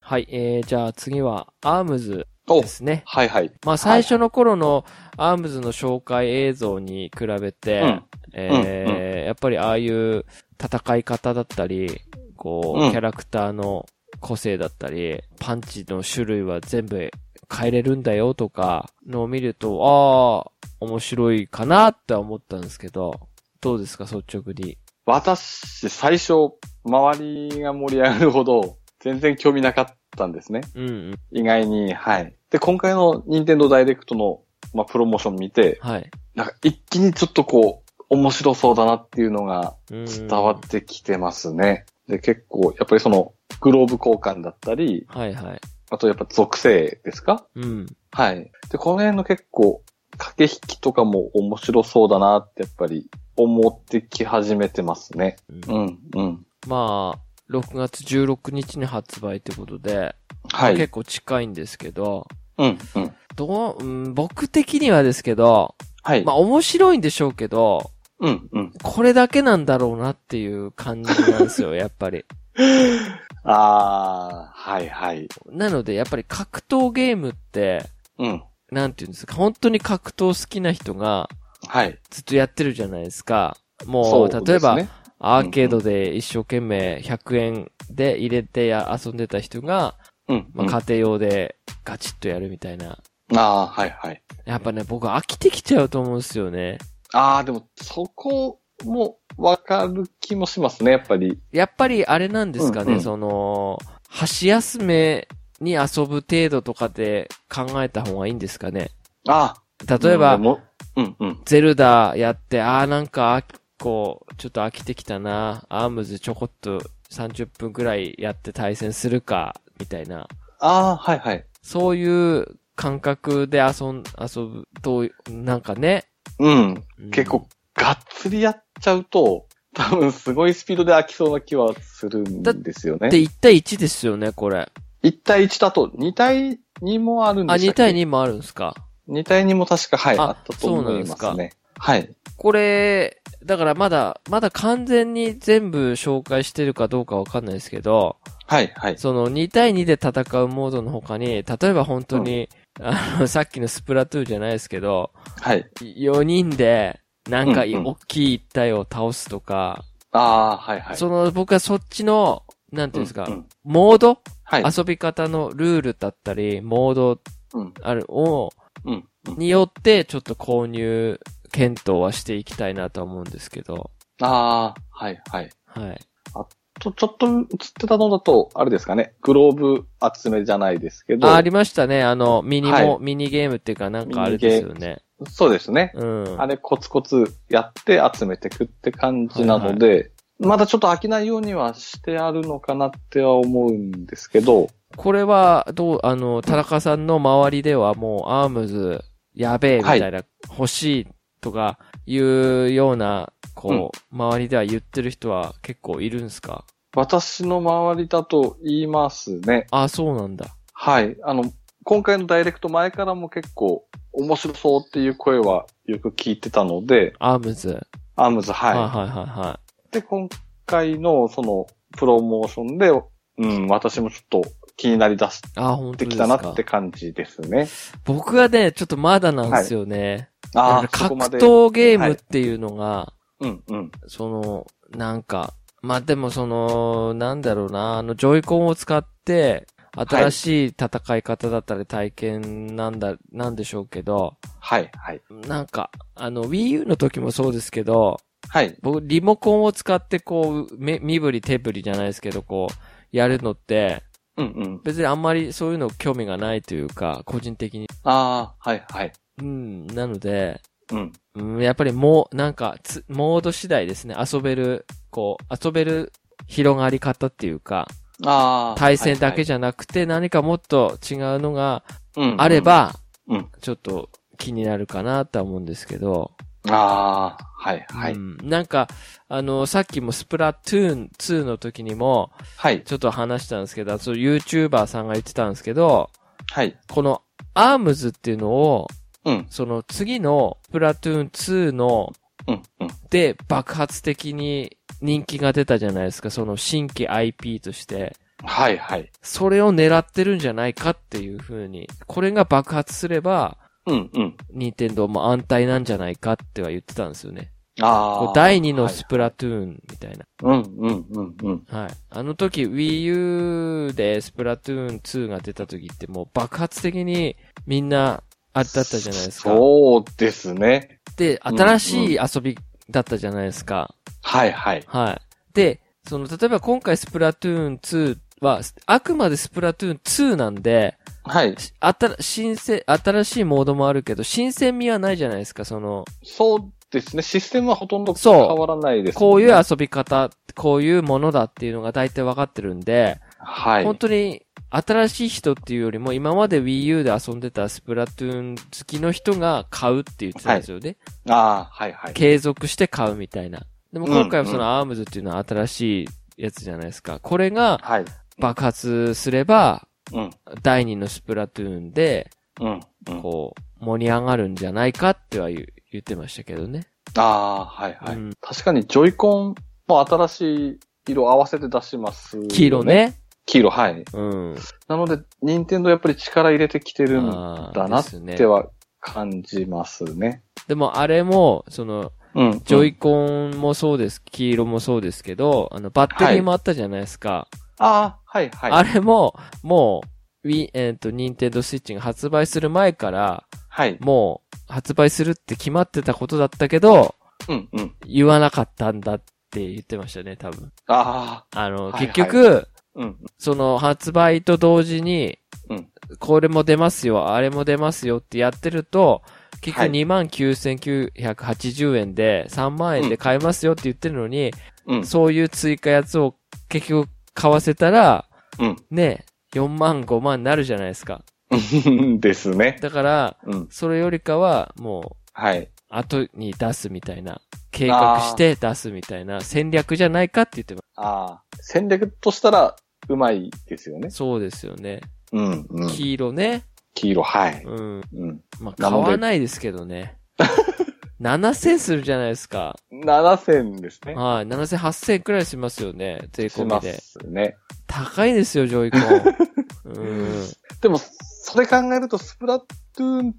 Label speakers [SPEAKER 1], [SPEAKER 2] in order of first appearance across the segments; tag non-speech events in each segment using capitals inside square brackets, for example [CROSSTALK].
[SPEAKER 1] はい、えー、じゃあ次は、アームズ
[SPEAKER 2] お
[SPEAKER 1] ですね。
[SPEAKER 2] はいはい。
[SPEAKER 1] まあ最初の頃のアームズの紹介映像に比べて、
[SPEAKER 2] うん。
[SPEAKER 1] えーやっぱりああいう戦い方だったり、こう、
[SPEAKER 2] うん
[SPEAKER 1] キャラクターの個性だったり、パンチの種類は全部変えれるんだよとかのを見ると、ああ、面白いかなって思ったんですけど、どうですか、率直に。
[SPEAKER 2] 私、最初、周りが盛り上がるほど、全然興味なかったんですね。
[SPEAKER 1] うんうん。
[SPEAKER 2] 意外に、はい。で、今回の任天堂ダイレクトの、まあ、プロモーション見て、
[SPEAKER 1] はい。
[SPEAKER 2] なんか一気にちょっとこう、面白そうだなっていうのが
[SPEAKER 1] うん
[SPEAKER 2] 伝わってきてますね。で、結構、やっぱりその、グローブ交換だったり、
[SPEAKER 1] はいはい。
[SPEAKER 2] あとやっぱ属性ですか
[SPEAKER 1] うん。
[SPEAKER 2] はい。で、この辺の結構、駆け引きとかも面白そうだなってやっぱり思ってき始めてますね。うん、うん。
[SPEAKER 1] まあ、6月16日に発売ってことで、
[SPEAKER 2] はい。
[SPEAKER 1] 結構近いんですけど、
[SPEAKER 2] うん、うん。
[SPEAKER 1] どう、うん、僕的にはですけど、
[SPEAKER 2] はい。
[SPEAKER 1] まあ面白いんでしょうけど、
[SPEAKER 2] うん、うん。
[SPEAKER 1] これだけなんだろうなっていう感じなんです
[SPEAKER 2] [LAUGHS]
[SPEAKER 1] よ、やっぱり。
[SPEAKER 2] あー、はい、はい。
[SPEAKER 1] なので、やっぱり格闘ゲームって、
[SPEAKER 2] うん。
[SPEAKER 1] なんていうんですか、本当に格闘好きな人が
[SPEAKER 2] はい。
[SPEAKER 1] ずっとやってるじゃないですか。
[SPEAKER 2] そ
[SPEAKER 1] も
[SPEAKER 2] です
[SPEAKER 1] う、
[SPEAKER 2] ね
[SPEAKER 1] 例えば、、アーケードで一生懸命100円で入れてや遊んでた人が、
[SPEAKER 2] うん。
[SPEAKER 1] まあ、家庭用でガチッとやるみたいな。
[SPEAKER 2] あー、はい、はい。
[SPEAKER 1] やっぱね、僕飽きてきちゃうと思うんですよね。
[SPEAKER 2] あー、でも、そこもわかる気もしますね、やっぱり。
[SPEAKER 1] やっぱりあれなんですかね、
[SPEAKER 2] うんうん
[SPEAKER 1] その、箸休めに遊ぶ程度とかで考えた方がいいんですかね。
[SPEAKER 2] あー。
[SPEAKER 1] 例えば、
[SPEAKER 2] うん、もうん、うん。
[SPEAKER 1] ゼルダやって、あーなんか飽き、こう、ちょっと飽きてきたな、アームズちょこっと30分くらいやって対戦するか、みたいな。
[SPEAKER 2] あー、はい、はい。
[SPEAKER 1] そういう感覚で遊ん、遊ぶと、なんかね。
[SPEAKER 2] うん。
[SPEAKER 1] うん
[SPEAKER 2] 結構、がっつりやっちゃうと、多分すごいスピードで飽きそうな気はするんですよ
[SPEAKER 1] で、
[SPEAKER 2] ね。
[SPEAKER 1] 1対1ですよね、これ。
[SPEAKER 2] 1対1だと2対2もあるん
[SPEAKER 1] あ、
[SPEAKER 2] です
[SPEAKER 1] 2対2もあるんですか。
[SPEAKER 2] 2対2も確か、はい、
[SPEAKER 1] あ
[SPEAKER 2] あったと思いま
[SPEAKER 1] そう
[SPEAKER 2] す
[SPEAKER 1] なん
[SPEAKER 2] ね。はい。
[SPEAKER 1] これ、だからまだ、まだ完全に全部紹介してるかどうかわかんないですけど、
[SPEAKER 2] はい、はい。
[SPEAKER 1] その2対2で戦うモードの他に、例えば本当に、あの、さっきのスプラトゥーンじゃないですけど、
[SPEAKER 2] はい。
[SPEAKER 1] 4人で、なんかい、
[SPEAKER 2] うんうん
[SPEAKER 1] 大きい一体を倒すとか、
[SPEAKER 2] ああ、はい、はい。
[SPEAKER 1] その、僕はそっちの、なんていうんですか、
[SPEAKER 2] うんうん
[SPEAKER 1] モード、
[SPEAKER 2] はい。
[SPEAKER 1] 遊び方のルールだったり、モード
[SPEAKER 2] うん、
[SPEAKER 1] ある、を、
[SPEAKER 2] うん。うん
[SPEAKER 1] によって、ちょっと購入、検討はしていきたいなとは思うんですけど、
[SPEAKER 2] ああ、はい、はい。
[SPEAKER 1] はい。
[SPEAKER 2] と、ちょっと映ってたのだと、あれですかね、グローブ集めじゃないですけど、
[SPEAKER 1] あ、ありましたね。あの、ミニも、
[SPEAKER 2] はい
[SPEAKER 1] ミニゲームっていうか、なんかあれですよね。
[SPEAKER 2] そうですね。
[SPEAKER 1] うん。
[SPEAKER 2] あれコツコツやって集めてくって感じなので、まだちょっと飽きないようにはしてあるのかなっては思うんですけど、
[SPEAKER 1] これは、どう、あの、田中さんの周りではもう、アームズ、やべえ、みたいな、欲しいとか、いうような、こう、周りでは言ってる人は結構いるんですか
[SPEAKER 2] 私の周りだと言いますね。
[SPEAKER 1] あ、そうなんだ。
[SPEAKER 2] はい。あの、今回のダイレクト前からも結構面白そうっていう声はよく聞いてたので、
[SPEAKER 1] アームズ。
[SPEAKER 2] アームズ、
[SPEAKER 1] はいはい
[SPEAKER 2] は。
[SPEAKER 1] はいはい
[SPEAKER 2] で、今回のそのプロモーションで、うん、私もちょっと気になりだし
[SPEAKER 1] い。あ、本当
[SPEAKER 2] て
[SPEAKER 1] で
[SPEAKER 2] き
[SPEAKER 1] す
[SPEAKER 2] たな
[SPEAKER 1] か
[SPEAKER 2] って。感じですね。
[SPEAKER 1] 僕はね、ちょっとまだなんですよね。
[SPEAKER 2] ああ、そ
[SPEAKER 1] 格
[SPEAKER 2] こまで。
[SPEAKER 1] 闘ゲームっていうのが、
[SPEAKER 2] うん、うん。
[SPEAKER 1] その、なんか、まあ、でもその、なんだろうな、あの、ジョイコンを使って、新しい戦い方だったり体験なんだ、なんでしょうけど、
[SPEAKER 2] はい、はい。
[SPEAKER 1] なんか、あの、Wii U の時もそうですけど、
[SPEAKER 2] はい。
[SPEAKER 1] 僕、リモコンを使ってこう、目身振り手振りじゃないですけど、こう、やるのって、
[SPEAKER 2] うん、うん。
[SPEAKER 1] 別にあんまりそういうの興味がないというか、個人的に。
[SPEAKER 2] ああ、はいはい。
[SPEAKER 1] うん、なので、
[SPEAKER 2] うん。
[SPEAKER 1] うん、やっぱりもう、なんかつ、モード次第ですね。遊べる、こう、遊べる広がり方っていうか、
[SPEAKER 2] ああ。
[SPEAKER 1] 対戦だけ
[SPEAKER 2] じ
[SPEAKER 1] じゃなくて何かもっと違うのが
[SPEAKER 2] ゃ
[SPEAKER 1] あれ。ば
[SPEAKER 2] うん、
[SPEAKER 1] ちょっと気になるかなとは思うんですけど、
[SPEAKER 2] ああ、はいは
[SPEAKER 1] う
[SPEAKER 2] い。
[SPEAKER 1] んなんか、あの、さっきもスプラトゥーン2の時にも
[SPEAKER 2] はい。
[SPEAKER 1] ちょっと話したんですけど、そう YouTuber さんが言ってたんですけど、
[SPEAKER 2] はい。
[SPEAKER 1] このアームズっていうのを、
[SPEAKER 2] うん。
[SPEAKER 1] その次のスプラトゥーン2の
[SPEAKER 2] うん。うん。
[SPEAKER 1] で爆発的に人気が出たじゃないですか、その新規 IP として。
[SPEAKER 2] はいはい。
[SPEAKER 1] それを狙ってるんじゃないかっていう風に、これが爆発すれば、
[SPEAKER 2] うんうん。
[SPEAKER 1] 任天堂も安泰なんじゃないかっては言ってたんですよね。
[SPEAKER 2] あ
[SPEAKER 1] こう
[SPEAKER 2] あ。
[SPEAKER 1] 第2の
[SPEAKER 2] はい
[SPEAKER 1] スプラトゥーンみたいな。
[SPEAKER 2] うんうんうんうん。
[SPEAKER 1] はい。あの時 Wii U でスプラトゥーン2が出た時ってもう爆発的にみんなあだったじゃないですか。
[SPEAKER 2] そうですね。
[SPEAKER 1] で、新しい遊びだったじゃないですか。
[SPEAKER 2] はいはい。
[SPEAKER 1] はい。で、その、例えば今回スプラトゥーン2は、あくまでスプラトゥーン2なんで、
[SPEAKER 2] はい。
[SPEAKER 1] しあたら、新鮮、新しいモードもあるけど、新鮮味はないじゃないですか、その、
[SPEAKER 2] そうですね。システムはほとんど変
[SPEAKER 1] そう
[SPEAKER 2] わらないです、ね。
[SPEAKER 1] こういう遊び方、こういうものだっていうのが大体わかってるんで、
[SPEAKER 2] はい。
[SPEAKER 1] 本当に新しい人っていうよりも今まで Wii U で遊んでたスプラトゥーン好きの人が買うって言ってたんですよね。
[SPEAKER 2] ああ、はいはい。
[SPEAKER 1] 継続して買うみたいな。でも今回はそ
[SPEAKER 2] うんう
[SPEAKER 1] のアームズっていうのは新しいやつじゃないですか。これが
[SPEAKER 2] はい。
[SPEAKER 1] 爆発すれば、
[SPEAKER 2] うん。
[SPEAKER 1] 第二のスプラトゥーンで、
[SPEAKER 2] うん。うん、
[SPEAKER 1] こう、盛り上がるんじゃないかっては言う言ってましたけどね。
[SPEAKER 2] ああ、はいはい、
[SPEAKER 1] うん
[SPEAKER 2] 確かにジョイコンも新しい色合わせて出します、
[SPEAKER 1] 黄色。ね。
[SPEAKER 2] 黄色、はい。
[SPEAKER 1] うん。
[SPEAKER 2] なので、任天堂やっぱり力入れてきてるん
[SPEAKER 1] あー
[SPEAKER 2] だな
[SPEAKER 1] で
[SPEAKER 2] っ
[SPEAKER 1] すね
[SPEAKER 2] ては感じますね。
[SPEAKER 1] でもあれも、その、
[SPEAKER 2] うん。
[SPEAKER 1] ジョイ
[SPEAKER 2] うん
[SPEAKER 1] コンもそうです、黄色もそうですけど、あの、バッテリーもあったじゃないですか。
[SPEAKER 2] ああ、はいはい。
[SPEAKER 1] あれも、もう、ウィ、えっ、と、ニンテンドスイッチが発売する前から、
[SPEAKER 2] はい。
[SPEAKER 1] もう、発売するって決まってたことだったけど、
[SPEAKER 2] うんうん。
[SPEAKER 1] 言わなかったんだって言ってましたね、多分。
[SPEAKER 2] ああ、
[SPEAKER 1] あの、
[SPEAKER 2] はい
[SPEAKER 1] 結局、
[SPEAKER 2] うん。
[SPEAKER 1] その、発売と同時に、
[SPEAKER 2] うん
[SPEAKER 1] これも出ますよ、あれも出ますよってやってると、結
[SPEAKER 2] は
[SPEAKER 1] 局
[SPEAKER 2] い
[SPEAKER 1] 29,980円で3万円で買えますよって言ってるのに、
[SPEAKER 2] うん。
[SPEAKER 1] そういう追加やつを結局買わせたら、
[SPEAKER 2] うん。
[SPEAKER 1] ね、4万5万になるじゃないですか。
[SPEAKER 2] うん [LAUGHS] ですね。
[SPEAKER 1] だから、
[SPEAKER 2] うん。
[SPEAKER 1] それよりかは、もう、
[SPEAKER 2] はい。
[SPEAKER 1] 後に出すみたいな、計画して出すみたいな戦略じゃないかって言ってま
[SPEAKER 2] ああ、戦略としたら、うまいですよね
[SPEAKER 1] す。。そうですよね。
[SPEAKER 2] うん、うん。
[SPEAKER 1] 黄色ね。
[SPEAKER 2] 黄色、はい。
[SPEAKER 1] うん。
[SPEAKER 2] うん。
[SPEAKER 1] まあ、
[SPEAKER 2] な
[SPEAKER 1] 買
[SPEAKER 2] ので
[SPEAKER 1] わないですけど
[SPEAKER 2] [LAUGHS]
[SPEAKER 1] ね。7000するじゃないですか。
[SPEAKER 2] 7000ですね。
[SPEAKER 1] はい。7000、8000くらいしますよね。税
[SPEAKER 2] し
[SPEAKER 1] 込み
[SPEAKER 2] ま
[SPEAKER 1] で。
[SPEAKER 2] すね。
[SPEAKER 1] 高いですよ、ジョイコン。
[SPEAKER 2] [LAUGHS]
[SPEAKER 1] うん。
[SPEAKER 2] でも、それ考えると、スプラトゥーン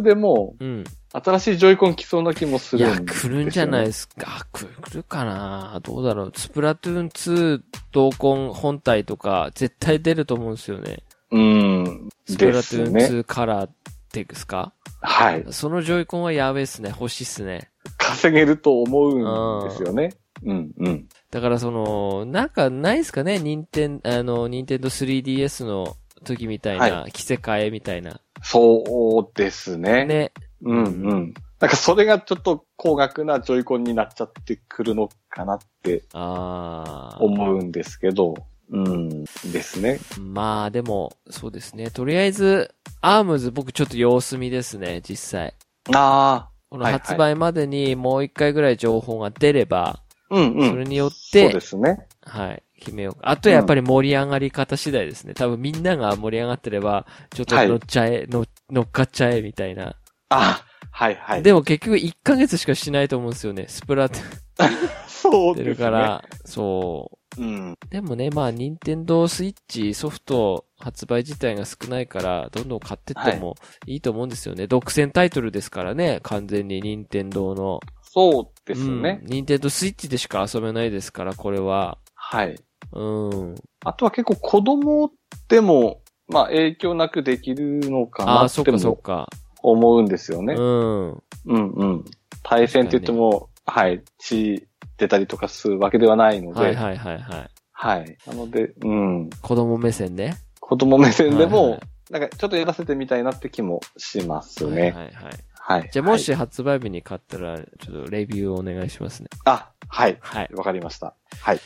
[SPEAKER 2] 2でも、
[SPEAKER 1] うん。
[SPEAKER 2] 新しいジョイコン来そうな気もす
[SPEAKER 1] い
[SPEAKER 2] る
[SPEAKER 1] や、
[SPEAKER 2] んです
[SPEAKER 1] 来
[SPEAKER 2] よね
[SPEAKER 1] るんじゃないですか。来るかなどうだろう。スプラトゥーン2同梱本体とか、絶対出ると思うんですよね。
[SPEAKER 2] うん。
[SPEAKER 1] スプラ
[SPEAKER 2] で
[SPEAKER 1] ト
[SPEAKER 2] す
[SPEAKER 1] ゥーン
[SPEAKER 2] ね。
[SPEAKER 1] 2カラーってですか
[SPEAKER 2] はい。
[SPEAKER 1] そのジョイコンはやべえっすね。欲しいっすね。
[SPEAKER 2] 稼げると思うんですよね。うん、うん。
[SPEAKER 1] だからその、なんかないっすかね任天、あの、任天堂 3DS の時みたいな、着せ替えみたいな。
[SPEAKER 2] そうですね。
[SPEAKER 1] ね。
[SPEAKER 2] うん、うん。なんか、それがちょっと高額なジョイコンになっちゃってくるのかなって
[SPEAKER 1] あー。
[SPEAKER 2] 思うんですけど、うん、ですね。
[SPEAKER 1] まあでも、そうですね。とりあえず、アームズ僕ちょっと様子見ですね、実際。
[SPEAKER 2] あ
[SPEAKER 1] この
[SPEAKER 2] はいはい
[SPEAKER 1] 発売までにもう一回ぐらい情報が出れば、
[SPEAKER 2] あ、うんうん。
[SPEAKER 1] それによっ
[SPEAKER 2] そう
[SPEAKER 1] て
[SPEAKER 2] で、すね。
[SPEAKER 1] はい、決めようか。あとやっぱり盛り上がり方次第ですね。多分みんなが盛り上がってれば、ちょっと
[SPEAKER 2] はい
[SPEAKER 1] 乗っちゃえ、の乗っかっちゃえ、みたいな。
[SPEAKER 2] あはいはい。
[SPEAKER 1] でも結局1ヶ月しかしないと思うんですよね。スプラトゥーン
[SPEAKER 2] そう
[SPEAKER 1] 出
[SPEAKER 2] で
[SPEAKER 1] る
[SPEAKER 2] すね。
[SPEAKER 1] から、そう。
[SPEAKER 2] うん。
[SPEAKER 1] でもね、まあ、任天堂スイッチソフト発売自体が少ないから、どんどん買ってってもいいと思うんですよね。独占タイトルですからね、完全に任天堂の。
[SPEAKER 2] そうですね。
[SPEAKER 1] うん。任天堂スイッチでしか遊べないですから、これは。
[SPEAKER 2] はい。
[SPEAKER 1] うん。
[SPEAKER 2] あとは結構子供でも、まあ影響なくできるのか
[SPEAKER 1] あ
[SPEAKER 2] な
[SPEAKER 1] あ、
[SPEAKER 2] っ
[SPEAKER 1] そってかそ
[SPEAKER 2] も
[SPEAKER 1] っか。
[SPEAKER 2] 思うんですよね
[SPEAKER 1] う。ん。
[SPEAKER 2] うんうん。対戦って言っても、はい、血出たりとかするわけではないので、は、
[SPEAKER 1] はいいはいはいはい。
[SPEAKER 2] なので、うん。
[SPEAKER 1] 子供目線ね。
[SPEAKER 2] 子供目線で
[SPEAKER 1] はい
[SPEAKER 2] も
[SPEAKER 1] は、
[SPEAKER 2] なんかちょっとやらせてみたいなって気もします
[SPEAKER 1] はい
[SPEAKER 2] ね。
[SPEAKER 1] はいはい。
[SPEAKER 2] はい。
[SPEAKER 1] じゃあ、もし発売日に買ったら、ちょっとレビューをお願いしますね。
[SPEAKER 2] はいあ、はい。
[SPEAKER 1] はい。
[SPEAKER 2] わかりました。はい。